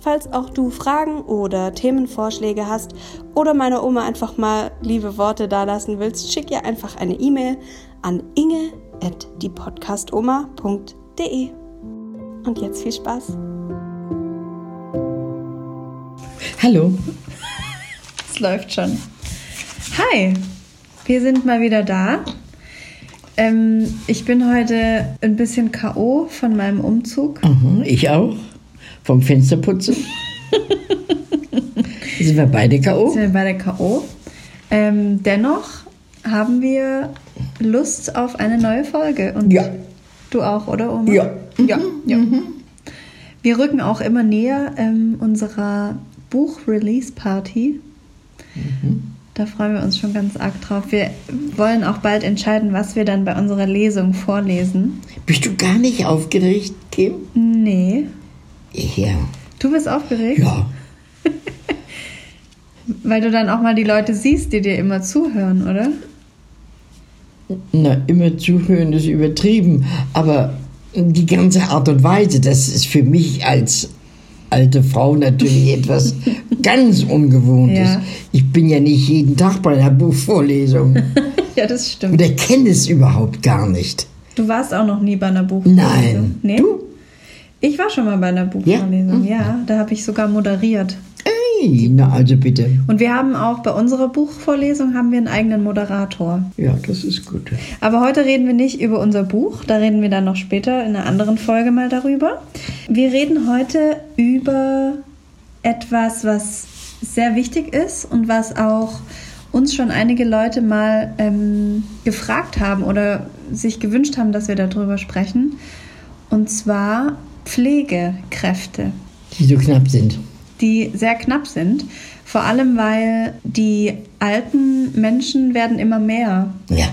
Falls auch du Fragen oder Themenvorschläge hast oder meiner Oma einfach mal liebe Worte dalassen willst, schick ihr einfach eine E-Mail an inge.diepodcastoma.de. E. Und jetzt viel Spaß. Hallo. Es läuft schon. Hi, wir sind mal wieder da. Ähm, ich bin heute ein bisschen K.O. von meinem Umzug. Mhm, Ich auch. Vom Fensterputzen. Sind wir beide K.O.? Sind wir bei der K.O. Ähm, dennoch haben wir Lust auf eine neue Folge. Und Ja. du auch, oder Oma? Mhm. Ja. Mhm. Ja. ja. Wir rücken auch immer näher ähm, unserer Buch-Release-Party. Mhm. Da freuen wir uns schon ganz arg drauf. Wir wollen auch bald entscheiden, was wir dann bei unserer Lesung vorlesen. Bist du gar nicht aufgeregt, Kim? Nee. Ja. Du bist aufgeregt? Ja. Weil du dann auch mal die Leute siehst, die dir immer zuhören, oder? Na, immer zuhören ist übertrieben. Aber die ganze Art und Weise, das ist für mich als alte Frau natürlich etwas ganz Ungewohntes. Ja. Ich bin ja nicht jeden Tag bei einer Buchvorlesung. Ja, das Und stimmt. erkenne es überhaupt gar nicht. Du warst auch noch nie bei einer Buchvorlesung. Nein. Nee? Du? Ich war schon mal bei einer Buchvorlesung, ja. Da habe ich sogar moderiert. Ey, na also bitte. Und wir haben auch bei unserer Buchvorlesung haben wir einen eigenen Moderator. Ja, das ist gut. Aber heute reden wir nicht über unser Buch, da reden wir dann noch später in einer anderen Folge mal darüber. Wir reden heute über etwas, was sehr wichtig ist und was auch uns schon einige Leute mal ähm, gefragt haben oder sich gewünscht haben, dass wir darüber sprechen. Und zwar Pflegekräfte Die so knapp sind. die sehr knapp sind. Vor allem, weil die alten Menschen werden immer mehr. Ja.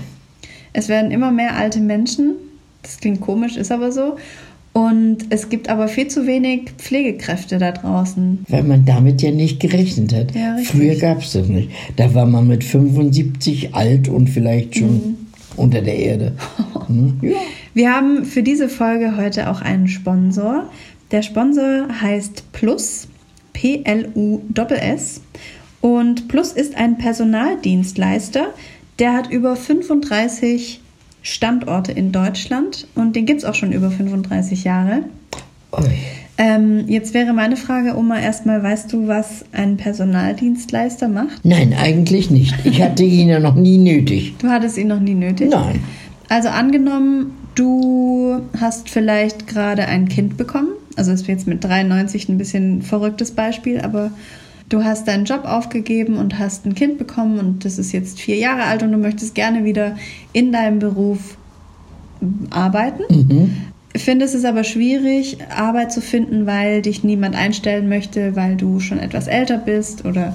Es werden immer mehr alte Menschen. Das klingt komisch, ist aber so. Und es gibt aber viel zu wenig Pflegekräfte da draußen. Weil man damit ja nicht gerechnet hat. Ja, richtig. Früher gab es das nicht. Da war man mit 75 alt und vielleicht schon Mhm. unter der Erde. Hm? Ja. Wir haben für diese Folge heute auch einen Sponsor. Der Sponsor heißt Plus, P-L-U-S. Und Plus ist ein Personaldienstleister, der hat über 35 Standorte in Deutschland und den gibt es auch schon über 35 Jahre. Ui. Ähm, jetzt wäre meine Frage, Oma, erstmal, weißt du, was ein Personaldienstleister macht? Nein, eigentlich nicht. Ich hatte ihn ja noch nie nötig. Du hattest ihn noch nie nötig? Nein. Also angenommen, du hast vielleicht gerade ein Kind bekommen. Also das wäre jetzt mit 93 ein bisschen verrücktes Beispiel, aber du hast deinen Job aufgegeben und hast ein Kind bekommen und das ist jetzt vier Jahre alt und du möchtest gerne wieder in deinem Beruf arbeiten. Findest es aber schwierig, Arbeit zu finden, weil dich niemand einstellen möchte, weil du schon etwas älter bist oder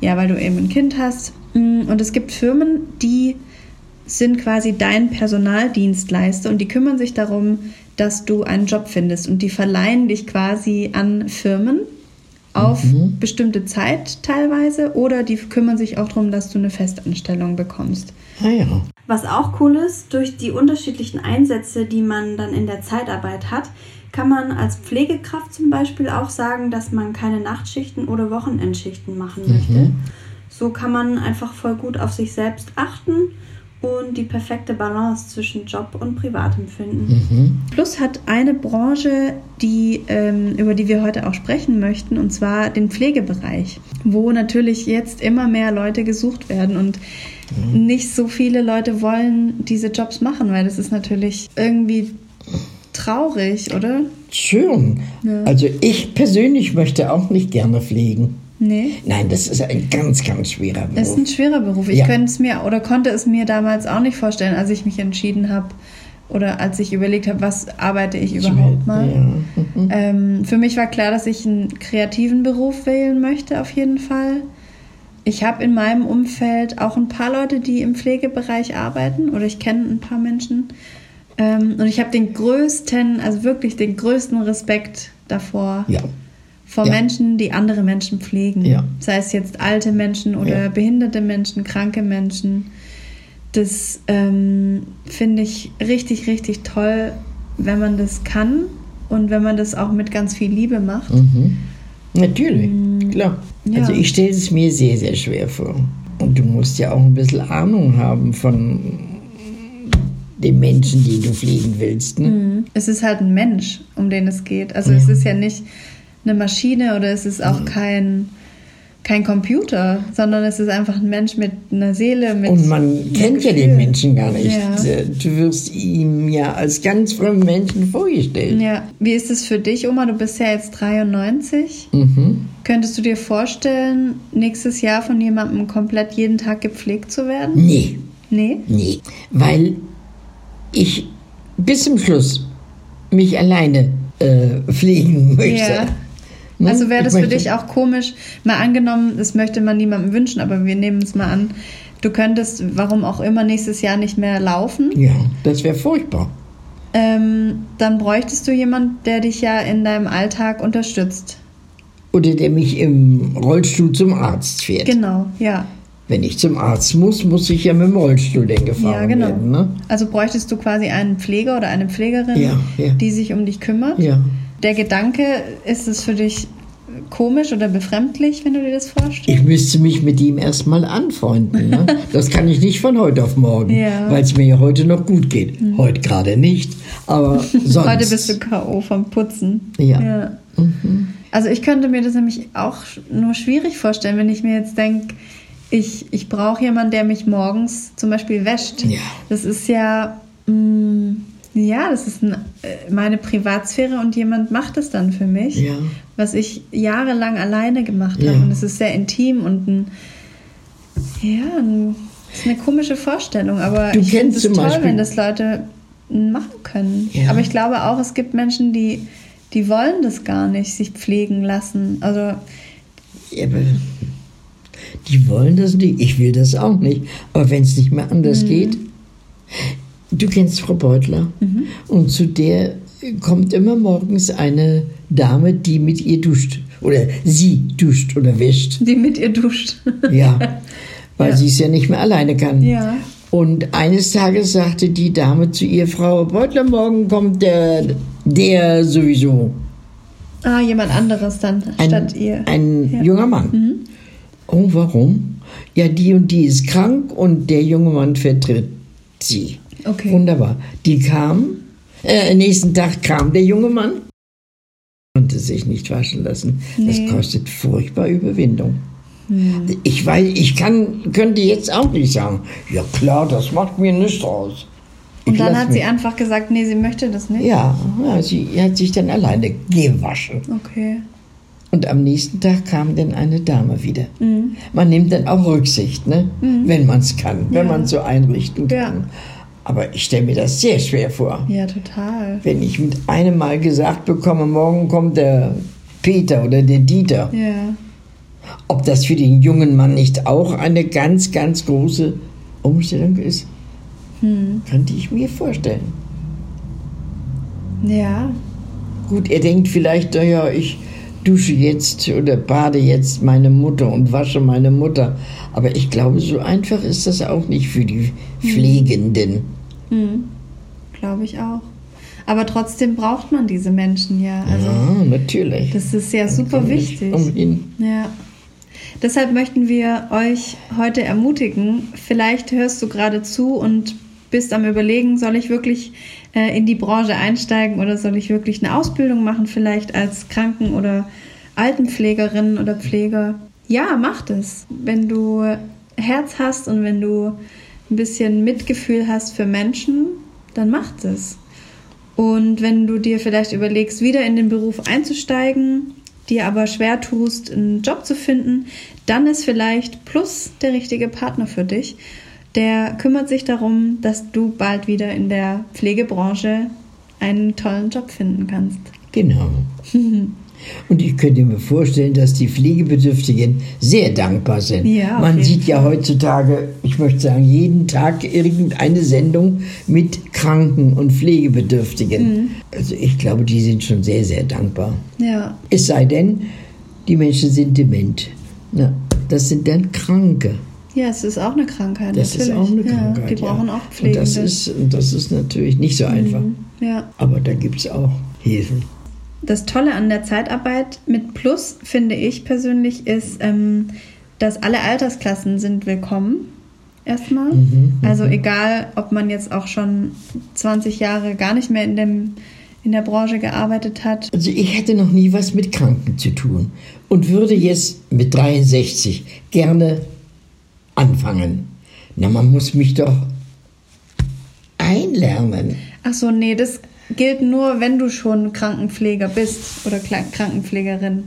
ja, weil du eben ein Kind hast. Mm, Und es gibt Firmen, die sind quasi dein Personaldienstleister und die kümmern sich darum, dass du einen Job findest und die verleihen dich quasi an Firmen auf bestimmte Zeit teilweise oder die kümmern sich auch darum, dass du eine Festanstellung bekommst. Ah ja. Was auch cool ist, durch die unterschiedlichen Einsätze, die man dann in der Zeitarbeit hat, kann man als Pflegekraft zum Beispiel auch sagen, dass man keine Nachtschichten oder Wochenendschichten machen möchte. So kann man einfach voll gut auf sich selbst achten und die perfekte Balance zwischen Job und Privatem finden. Plus hat eine Branche, die, ähm, über die wir heute auch sprechen möchten, und zwar den Pflegebereich, wo natürlich jetzt immer mehr Leute gesucht werden und Mhm. nicht so viele Leute wollen diese Jobs machen, weil das ist natürlich irgendwie traurig, oder? Schön. Ja. Also ich persönlich möchte auch nicht gerne pflegen. Nee. Nein, das ist ein ganz, ganz schwerer Das ist Beruf. ein schwerer Beruf. Ich Ja. könnte es mir oder konnte es mir damals auch nicht vorstellen, als ich mich entschieden habe oder als ich überlegt habe, was arbeite ich überhaupt mal. Ja. Ähm, für mich war klar, dass ich einen kreativen Beruf wählen möchte, auf jeden Fall. Ich habe in meinem Umfeld auch ein paar Leute, die im Pflegebereich arbeiten oder ich kenne ein paar Menschen. Ähm, und ich habe den größten, also wirklich den größten Respekt davor. Ja. Mhm. Vor Ja. Menschen, die andere Menschen pflegen. Ja. Sei es jetzt alte Menschen oder Ja. behinderte Menschen, kranke Menschen. Das ähm, finde ich richtig, richtig toll, wenn man das kann und wenn man das auch mit ganz viel Liebe macht. Mhm. Natürlich, klar. Mm, ja. Also ich stelle es mir sehr, sehr schwer vor. Und du musst ja auch ein bisschen Ahnung haben von den Menschen, die du pflegen willst. Ne? Es ist halt ein Mensch, um den es geht. Also es ist ja nicht eine Maschine oder es ist auch Mhm. kein, kein Computer, sondern es ist einfach ein Mensch mit einer Seele, mit Und man kennt ja Gefühl. den Menschen gar nicht. Mm. Äh, Ja. Du wirst ihm ja als ganz fremden Menschen vorgestellt. Ja. Wie ist es für dich, Oma? Du bist ja jetzt 93. Mhm. Könntest du dir vorstellen, nächstes Jahr von jemandem komplett jeden Tag gepflegt zu werden? Nee, Nee? Hm. nee. Weil ich bis zum Schluss mich alleine äh, pflegen möchte. Ja. Ne? Also wäre Ich das für möchte- dich auch komisch, mal angenommen, das möchte man niemandem wünschen, aber wir nehmen es mal an, du könntest, warum auch immer, nächstes Jahr nicht mehr laufen. Ja, das wäre furchtbar. Ähm, dann bräuchtest du jemanden, der dich ja in deinem Alltag unterstützt. Oder der mich im Rollstuhl zum Arzt fährt. Genau, ja. Wenn ich zum Arzt muss, muss ich ja mit dem Rollstuhl denn gefahren Ja, genau. werden. Ne? Also bräuchtest du quasi einen Pfleger oder eine Pflegerin, Ja, ja. die sich um dich kümmert. Ja. Der Gedanke, ist es für dich komisch oder befremdlich, wenn du dir das vorstellst? Ich müsste mich mit ihm erstmal anfreunden. Ne? Das kann ich nicht von heute auf morgen, Ja. Mhm. weil es mir ja heute noch gut geht. Heute gerade nicht, aber sonst. Heute bist du K.O. vom Putzen. Ja. Mhm. Also ich könnte mir das nämlich auch sch- nur schwierig vorstellen, wenn ich mir jetzt denke, ich, ich brauche jemanden, der mich morgens zum Beispiel wäscht. Ja. Das ist ja, mh, ja, das ist ein, äh, meine Privatsphäre und jemand macht es dann für mich, Ja. was ich jahrelang alleine gemacht habe. Ja. Und es ist sehr intim und ein, ja, ein, ist eine komische Vorstellung, aber Du ich finde kennst es zum toll, Beispiel- wenn das Leute machen können. Ja. Aber ich glaube auch, es gibt Menschen, die, die wollen das gar nicht, sich pflegen lassen. Also Ja, aber die wollen das nicht. Ich will das auch nicht. Aber wenn es nicht mehr anders Mhm. geht. Du kennst Frau Beutler. Mhm. Und zu der kommt immer morgens eine Dame, die mit ihr duscht. Oder sie duscht oder wäscht. die mit ihr duscht. Ja, weil Ja. sie es ja nicht mehr alleine kann. Ja. Und eines Tages sagte die Dame zu ihr, Frau Beutler, morgen kommt der, der sowieso, ah, jemand anderes dann ein, statt ihr. ein Ja. Mhm. junger Mann. Oh, warum? Ja, die und die ist krank und der junge Mann vertritt sie. Okay. Wunderbar. Die kam, äh, am nächsten Tag kam der junge Mann, konnte sich nicht waschen lassen. Nee. Hm. Das kostet furchtbar Überwindung. Ich weiß, ich kann, könnte jetzt auch nicht sagen, ja klar, das macht mir nichts aus. Und Ich dann lass hat sie einfach gesagt, nee, sie möchte das nicht. ja, ja, sie hat sich dann alleine gewaschen. Okay. Und am nächsten Tag kam dann eine Dame wieder. Mhm. Man nimmt dann auch Rücksicht, ne? wenn man es kann, wenn Ja. man so einrichten Ja. kann. Aber ich stelle mir das sehr schwer vor. Ja, total. Wenn ich mit einem Mal gesagt bekomme, morgen kommt der Peter oder der Dieter, Ja. ob das für den jungen Mann nicht auch eine ganz, ganz große Umstellung ist, Mhm. könnte ich mir vorstellen. Ja. Gut, er denkt vielleicht, naja, ich dusche jetzt oder bade jetzt meine Mutter und wasche meine Mutter. Aber ich glaube, so einfach ist das auch nicht für die Mhm. Pflegenden. Glaube ich auch. Aber trotzdem braucht man diese Menschen ja. Also Ja, Um natürlich. das ist ja super Komm nicht wichtig. Umhin. Ja. Deshalb möchten wir euch heute ermutigen. Vielleicht hörst du gerade zu und bist am Überlegen, soll ich wirklich äh, in die Branche einsteigen oder soll ich wirklich eine Ausbildung machen, vielleicht als Kranken- oder Altenpflegerin oder Pfleger. Ja, mach das. Wenn du Herz hast und wenn du ein bisschen Mitgefühl hast für Menschen, dann mach das. Und wenn du dir vielleicht überlegst, wieder in den Beruf einzusteigen, dir aber schwer tust, einen Job zu finden, dann ist vielleicht Plus der richtige Partner für dich. Der kümmert sich darum, dass du bald wieder in der Pflegebranche einen tollen Job finden kannst. Genau. Und ich könnte mir vorstellen, dass die Pflegebedürftigen sehr dankbar sind. Ja, auf Man jeden sieht ja heutzutage, ich möchte sagen, jeden Tag irgendeine Sendung mit Kranken und Pflegebedürftigen. Mhm. Also ich glaube, die sind schon sehr, sehr dankbar. Ja, Es sei denn, die Menschen sind dement. Na, das sind dann Kranke. ja, es ist auch eine Krankheit. Das natürlich. ist auch eine Ja, Krankheit. die brauchen ja. auch Mhm. Pflege. Und das ist, und das ist natürlich nicht so einfach. ja. Aber da gibt es auch Hilfen. Das Tolle an der Zeitarbeit mit Plus, finde ich persönlich, ist, ähm, dass alle Altersklassen sind willkommen. Erstmal. Mhm, also egal, ob man jetzt auch schon 20 Jahre gar nicht mehr in, dem, in der Branche gearbeitet hat. Also ich hätte noch nie was mit Kranken zu tun und würde jetzt mit 63 gerne anfangen. Na, man muss mich doch einlernen. Ach so, nee, das gilt nur, wenn du schon Krankenpfleger bist oder Kla- Krankenpflegerin.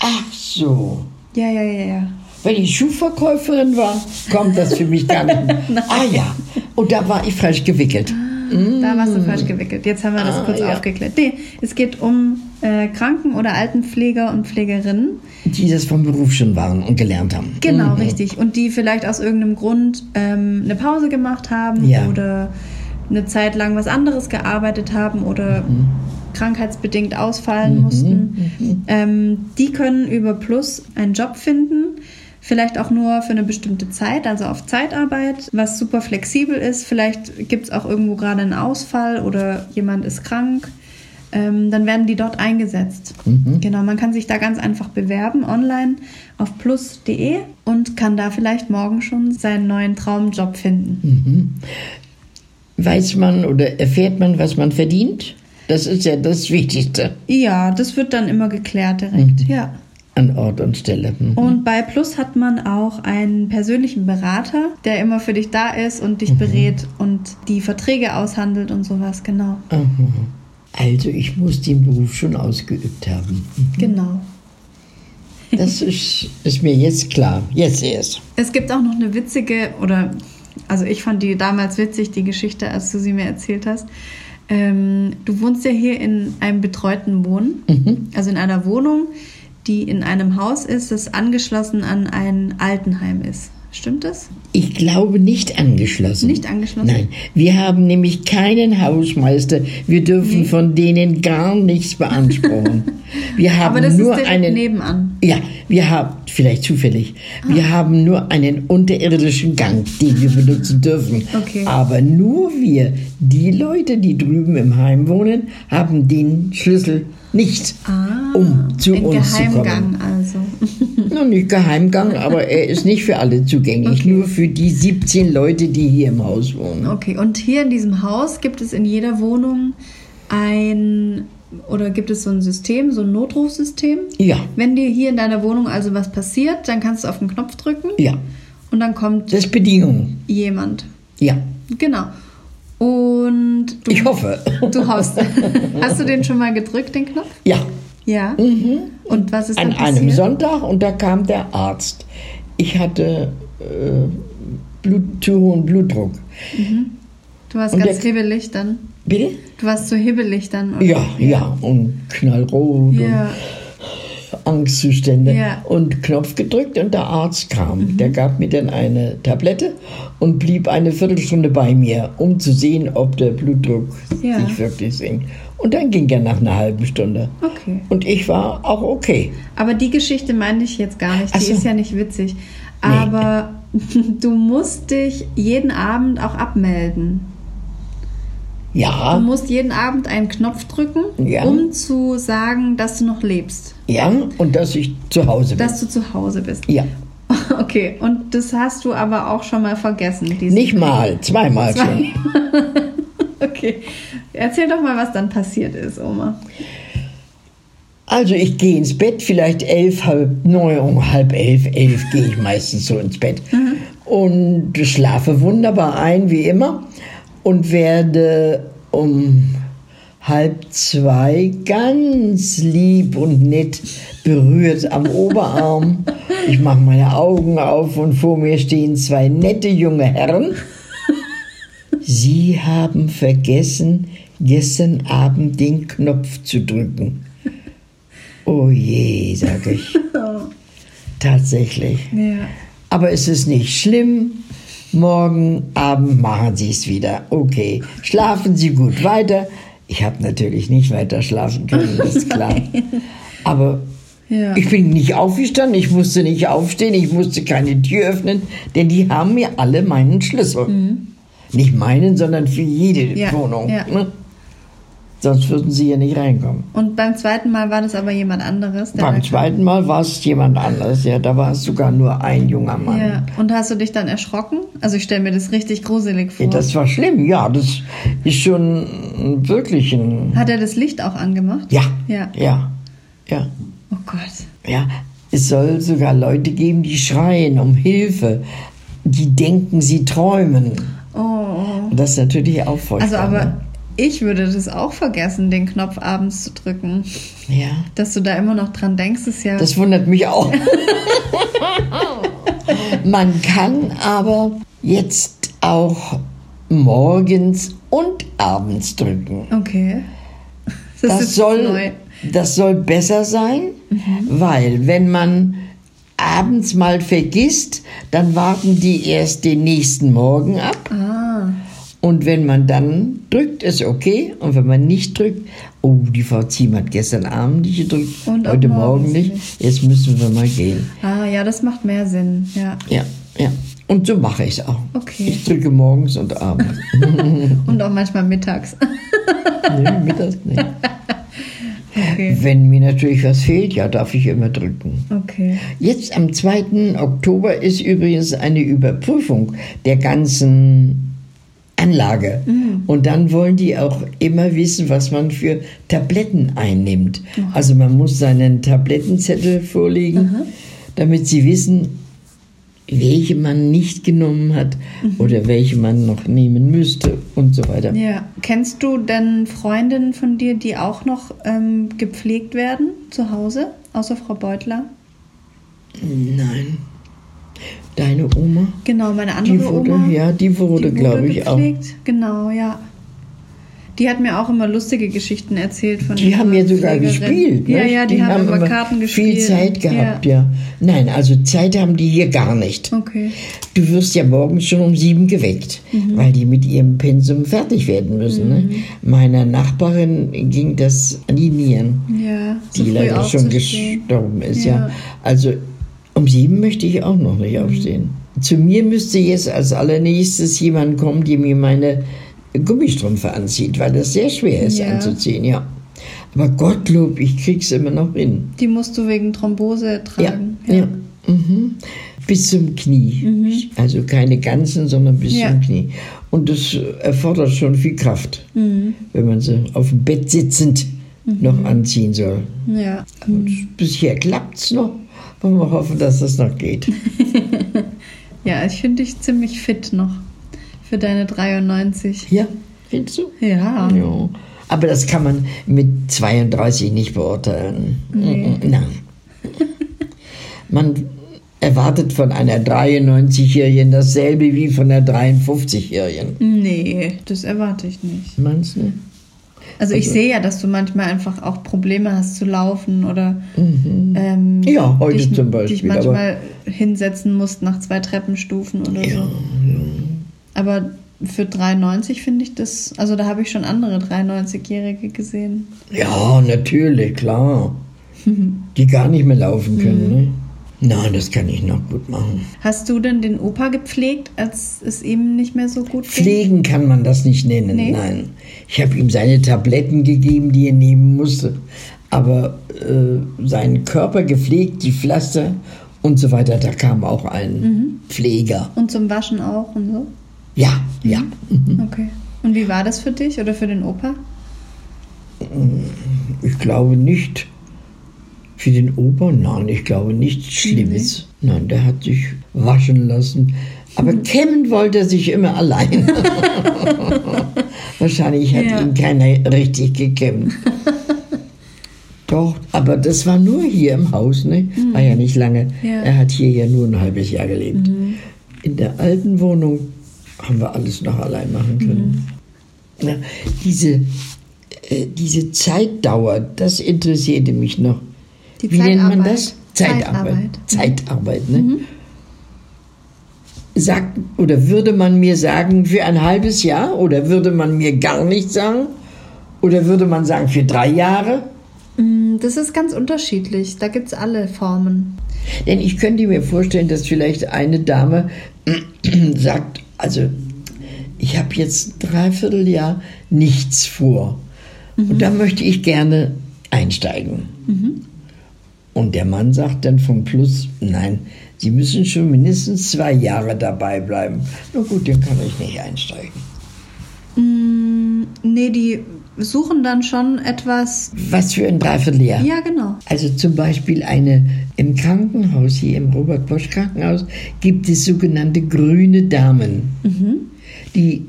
Ach so. Ja, ja, ja, ja. Wenn ich Schuhverkäuferin war, kommt das für mich gar nicht. mehr. ah ja, und da war ich falsch gewickelt. Da warst du falsch gewickelt. Jetzt haben wir das Mhm. Ah, kurz ja. aufgeklärt. Nee, es geht um äh, Kranken- oder Altenpfleger und Pflegerinnen. Die das vom Beruf schon waren und gelernt haben. Genau, richtig. Und die vielleicht aus irgendeinem Grund ähm, eine Pause gemacht haben Ja. oder eine Zeit lang was anderes gearbeitet haben oder krankheitsbedingt ausfallen mussten. Ähm, die können über Plus einen Job finden. Vielleicht auch nur für eine bestimmte Zeit, also auf Zeitarbeit, was super flexibel ist. Vielleicht gibt es auch irgendwo gerade einen Ausfall oder jemand ist krank. Ähm, dann werden die dort eingesetzt. Genau, man kann sich da ganz einfach bewerben online auf plus.de und kann da vielleicht morgen schon seinen neuen Traumjob finden. Weiß man oder erfährt man, was man verdient? Das ist ja das Wichtigste Ja, das wird dann immer geklärt direkt. Ja. an Ort und Stelle. Hm. Und bei Plus hat man auch einen persönlichen Berater, der immer für dich da ist und Mhm. dich berät und die Verträge aushandelt und sowas. Genau. Aha. Also ich muss den Beruf schon ausgeübt haben. Genau. Das ist, ist mir jetzt klar. Jetzt erst. Es gibt auch noch eine witzige, oder also ich fand die damals witzig, die Geschichte, als du sie mir erzählt hast. Ähm, du wohnst ja hier in einem betreuten Wohnen, Mhm. also in einer Wohnung, die in einem Haus ist, das angeschlossen an ein Altenheim ist. Stimmt das? Ich glaube nicht angeschlossen. Nicht angeschlossen? Nein, wir haben nämlich keinen Hausmeister. Wir dürfen von denen gar nichts beanspruchen. Wir haben Aber das nur ist direkt einen nebenan. Ja, wir haben, vielleicht zufällig, Ah. wir haben nur einen unterirdischen Gang, den wir benutzen dürfen. Okay. Aber nur wir, die Leute, die drüben im Heim wohnen, haben den Schlüssel nicht, Ah, um zu ein uns zu kommen. Geheimgang also. Noch nicht Geheimgang, aber er ist nicht für alle zugänglich, nur für die 17 Leute, die hier im Haus wohnen. Okay, und hier in diesem Haus gibt es in jeder Wohnung ein oder gibt es so ein System, so ein Notrufsystem? Ja. Wenn dir hier in deiner Wohnung also was passiert, dann kannst du auf den Knopf drücken Ja, und dann kommt das ist Bedingung. jemand. Ja, Genau. Und du, ich hoffe. du haust. Hast du den schon mal gedrückt, den Knopf? Ja, Ja. Und was ist Mhm. an dann einem passiert? Sonntag und da kam der Arzt. Ich hatte äh, Blut, zu hohen Blutdruck. du warst und ganz der- hibbelig dann. Bitte? Du warst so hibbelig dann. oder? Ja, ja, und knallrot Ja. und Angstzustände. Ja. Mhm. Und Knopf gedrückt und der Arzt kam. Der gab mir dann eine Tablette und blieb eine Viertelstunde bei mir, um zu sehen, ob der Blutdruck Ja. sich wirklich senkt. Und dann ging er nach einer halben Stunde. Okay. Und ich war auch okay. Aber die Geschichte meine ich jetzt gar nicht. Ach Die so. ist ja nicht witzig. Aber du musst dich jeden Abend auch abmelden. Du Ja, musst jeden Abend einen Knopf drücken, Ja. um zu sagen, dass du noch lebst, ja, und dass ich zu Hause bin. dass du zu Hause bist. ja, Okay, und das hast du aber auch schon mal vergessen. diesen- nicht mal, zweimal schon. Okay, erzähl doch mal, was dann passiert ist, Oma. Also ich gehe ins Bett, vielleicht elf, halb neun, um halb elf, elf gehe ich meistens so ins Bett und schlafe wunderbar ein, wie immer, und werde um halb zwei ganz lieb und nett berührt am Oberarm. Ich mache meine Augen auf und vor mir stehen zwei nette junge Herren. Sie haben vergessen, gestern Abend den Knopf zu drücken. Oh je, sag ich. Tatsächlich. Ja. Aber es ist nicht schlimm. Morgen Abend machen Sie es wieder. Okay. Schlafen Sie gut weiter. Ich habe natürlich nicht weiter schlafen können, das ist klar. Aber Ja. ich bin nicht aufgestanden, ich musste nicht aufstehen, ich musste keine Tür öffnen, denn die haben mir alle meinen Schlüssel. Nicht meinen, sondern für jede Mhm. Ja, Wohnung. ja. Ne? Sonst würden sie hier nicht reinkommen. Und beim zweiten Mal war das aber jemand anderes. der Beim da kam. zweiten Mal war es jemand anderes, ja, da war es sogar nur ein junger Mann. Ja. Und hast du dich dann erschrocken? Also ich stelle mir das richtig gruselig vor. Das war schlimm, ja, das ist schon wirklich ein. Hat er das Licht auch angemacht? Ja, Ja. ja, ja. Oh Gott. Ja, es soll sogar Leute geben, die schreien um Hilfe, die denken, sie träumen. Oh. Und Das ist natürlich auch furchtbar. Also aber ne? ich würde das auch vergessen, den Knopf abends zu drücken. Ja, Dass du da immer noch dran denkst, ist ja. das wundert mich auch. Man kann aber jetzt auch morgens und abends drücken. okay. Das, Das ist soll, neu. Mhm. das soll besser sein, weil wenn man abends mal vergisst, dann warten die erst den nächsten Morgen ab. Ah. Und wenn man dann drückt, ist okay. Und wenn man nicht drückt, oh, die Frau Ziem hat gestern Abend nicht gedrückt, Und auch heute Morgen morgens nicht. Jetzt müssen wir mal gehen. Ah, ja, das macht mehr Sinn. Ja. Ja, ja. Und so mache ich es auch. Okay. Ich drücke morgens und abends. Und auch manchmal mittags. nee, mittags nicht. Okay. Wenn mir natürlich was fehlt, ja, darf ich immer drücken. Okay. Jetzt am 2. Oktober ist übrigens eine Überprüfung der ganzen Anlage. Und dann wollen die auch immer wissen, was man für Tabletten einnimmt. Also man muss seinen Tablettenzettel vorlegen, damit sie wissen, welche man nicht genommen hat oder welche man noch nehmen müsste und so weiter. Ja. Kennst du denn Freundinnen von dir, die auch noch ähm, gepflegt werden zu Hause, außer Frau Beutler? Nein. Deine Oma? Genau, meine andere Die wurde, Oma. ja, die wurde, die glaube ich, auch. gepflegt. Genau, ja. Die hat mir auch immer lustige Geschichten erzählt von Die ihrer haben ja sogar Pflegerin. gespielt. Ja, ne? ja, die, haben, immer Karten gespielt. Viel Zeit gehabt, ja. Nein, also Zeit haben die hier gar nicht. Okay. Du wirst ja morgens schon um sieben geweckt, Mhm. weil die mit ihrem Pensum fertig werden müssen. Ne? Meiner Nachbarin ging das an die Nieren, Ja, so die früh leider schon aufzustehen. gestorben ist. Ja. Ja. Also um sieben möchte ich auch noch nicht aufstehen. Zu mir müsste jetzt als allernächstes jemand kommen, der mir meine Gummistrümpfe anzieht, weil das sehr schwer ist Ja. anzuziehen, ja. Aber Gottlob, ich krieg's immer noch hin. Die musst du wegen Thrombose Ja, tragen. ja. Mhm. Bis zum Knie. Also keine ganzen, sondern bis Ja. zum Knie. Und das erfordert schon viel Kraft, wenn man sie auf dem Bett sitzend noch anziehen soll. ja. Und bisher klappt es noch. Wollen wir hoffen, dass das noch geht. Ja, ich finde dich ziemlich fit noch für deine 93. Ja, findest du? Ja. Ja. Aber das kann man mit 32 nicht beurteilen. Mm, mm, Nein. Man erwartet von einer 93-Jährigen dasselbe wie von einer 53-Jährigen. Nee, das erwarte ich nicht. Meinst du? Also ich sehe ja, dass du manchmal einfach auch Probleme hast zu laufen oder ähm, Mhm. Ja, heute zum Beispiel, dich manchmal hinsetzen musst nach zwei Treppenstufen oder so. Aber für 93 finde ich das, also da habe ich schon andere 93-Jährige gesehen. Ja, natürlich, klar. Die gar nicht mehr laufen können. Ne? Nein, das kann ich noch gut machen. Hast du denn den Opa gepflegt, als es ihm nicht mehr so gut ging? Pflegen kann man das nicht nennen, Nee. nein. Ich habe ihm seine Tabletten gegeben, die er nehmen musste. Aber äh, seinen Körper gepflegt, die Pflaster und so weiter, da kam auch ein Mhm. Pfleger. Und zum Waschen auch und so? Ja, ja. Mhm. Mhm. Okay. Und wie war das für dich oder für den Opa? Ich glaube nicht. Für den Opa, nein, ich glaube nichts Schlimmes. Nein, der hat sich waschen lassen. Aber Mhm. kämmen wollte er sich immer allein. Wahrscheinlich hat Ja. ihn keiner richtig gekämmt. Doch, aber das war nur hier im Haus, ne? War ja nicht lange. Mhm. Ja. Mhm. Er hat hier ja nur ein halbes Jahr gelebt. In der alten Wohnung haben wir alles noch allein machen können. Mhm. Ja, diese, äh, diese Zeitdauer, das interessierte mich noch. Die Wie nennt man Zeitarbeit. Mhm. das? Zeitarbeit. Zeitarbeit, ne? Sagt, oder würde man mir sagen, für ein halbes Jahr? Oder würde man mir gar nicht sagen? Oder würde man sagen, für drei Jahre? Mm, Das ist ganz unterschiedlich. Da gibt es alle Formen. Denn ich könnte mir vorstellen, dass vielleicht eine Dame sagt, also ich habe jetzt ein Dreivierteljahr nichts vor. Und da möchte ich gerne einsteigen. Und der Mann sagt dann vom Plus, nein, Sie müssen schon mindestens zwei Jahre dabei bleiben. Na gut, dann kann ich nicht einsteigen. Mm, Nee, die suchen dann schon etwas. Was für ein Dreivierteljahr. Ja, genau. Also zum Beispiel eine im Krankenhaus hier im Robert Bosch Krankenhaus gibt es sogenannte grüne Damen, die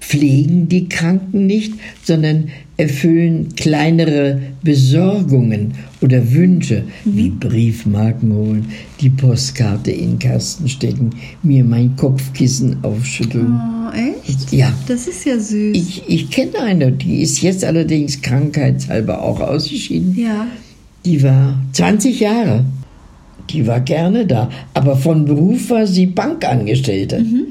pflegen die Kranken nicht, sondern erfüllen kleinere Besorgungen oder Wünsche, wie Briefmarken holen, die Postkarte in den Kasten stecken, mir mein Kopfkissen aufschütteln. Oh, echt? Ja. Das ist ja süß. Ich, ich kenne eine, die ist jetzt allerdings krankheitshalber auch ausgeschieden. ja. Die war 20 Jahre. Die war gerne da. Aber von Beruf war sie Bankangestellte. Mhm.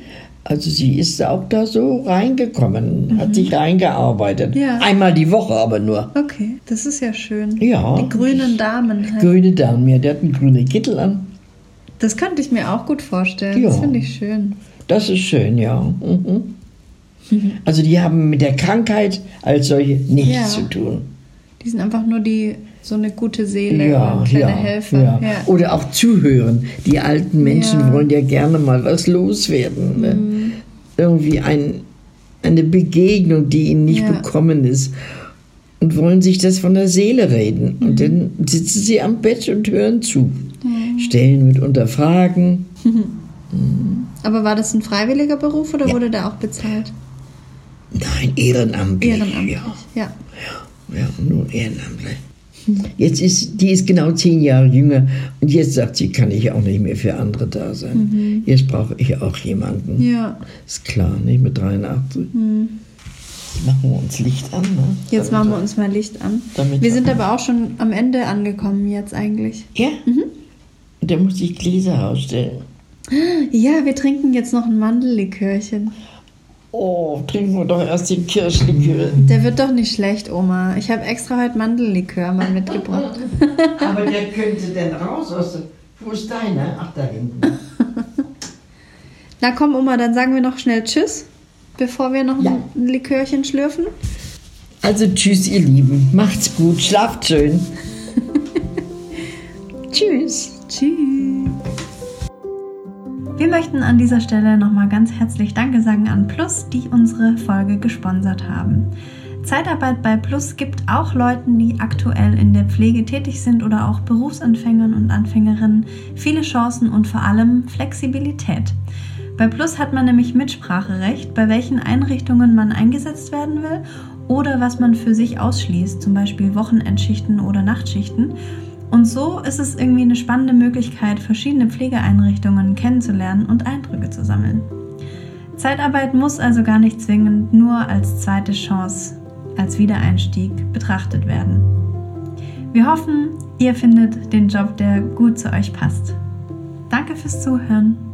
Also sie ist auch da so reingekommen, hat sich reingearbeitet. Mhm. Ja. Einmal die Woche aber nur. Okay, das ist ja schön. Ja. Die grünen Damen halt. Grüne Dame, ja, der hat einen grünen Kittel an. Das könnte ich mir auch gut vorstellen. Das Ja. finde ich schön. Das ist schön, ja. Mhm. Also die haben mit der Krankheit als solche nichts Ja. zu tun. Die sind einfach nur die so eine gute Seele Ja, und kleine ja, Helfer. ja. Ja. Oder auch zuhören. Die alten Menschen Ja. Mhm. wollen ja gerne mal was loswerden. Ne? Irgendwie ein, eine Begegnung, die ihnen nicht Ja. bekommen ist. Und wollen sich das von der Seele reden. Mhm. Und dann sitzen sie am Bett und hören zu. Stellen mitunter Fragen. Aber war das ein freiwilliger Beruf oder wurde der auch bezahlt? Nein, ehrenamtlich. Ehrenamtlich. Ja. Ja. Ja, nur ehrenamtlich. Jetzt ist, die ist genau zehn Jahre jünger und jetzt sagt sie, kann ich auch nicht mehr für andere da sein. Jetzt brauche ich auch jemanden. Mhm. ja. Mhm. Ist klar, nicht mit 83. Machen wir uns Licht an, ne? Jetzt machen wir uns mal Licht an. Damit- wir sind aber auch schon am Ende angekommen jetzt eigentlich. Ja? Mhm. Und dann muss ich Gläser ausstellen. Ja, wir trinken jetzt noch ein Mandellikörchen. Oh, trinken wir doch erst den Kirschlikör. Der wird doch nicht schlecht, Oma. Ich habe extra heute Mandellikör mal mitgebracht. Aber der könnte denn raus aus dem... Wo ist deiner? Ach, da hinten. Na komm, Oma, dann sagen wir noch schnell Tschüss, bevor wir noch Ja. ein Likörchen schlürfen. Also tschüss, ihr Lieben. Macht's gut, schlaft schön. Tschüss. Tschüss. Wir möchten an dieser Stelle nochmal ganz herzlich Danke sagen an Plus, die unsere Folge gesponsert haben. Zeitarbeit bei Plus gibt auch Leuten, die aktuell in der Pflege tätig sind oder auch Berufsanfängern und Anfängerinnen viele Chancen und vor allem Flexibilität. Bei Plus hat man nämlich Mitspracherecht, bei welchen Einrichtungen man eingesetzt werden will oder was man für sich ausschließt, zum Beispiel Wochenendschichten oder Nachtschichten. Und so ist es irgendwie eine spannende Möglichkeit, verschiedene Pflegeeinrichtungen kennenzulernen und Eindrücke zu sammeln. Zeitarbeit muss also gar nicht zwingend nur als zweite Chance, als Wiedereinstieg betrachtet werden. Wir hoffen, ihr findet den Job, der gut zu euch passt. Danke fürs Zuhören.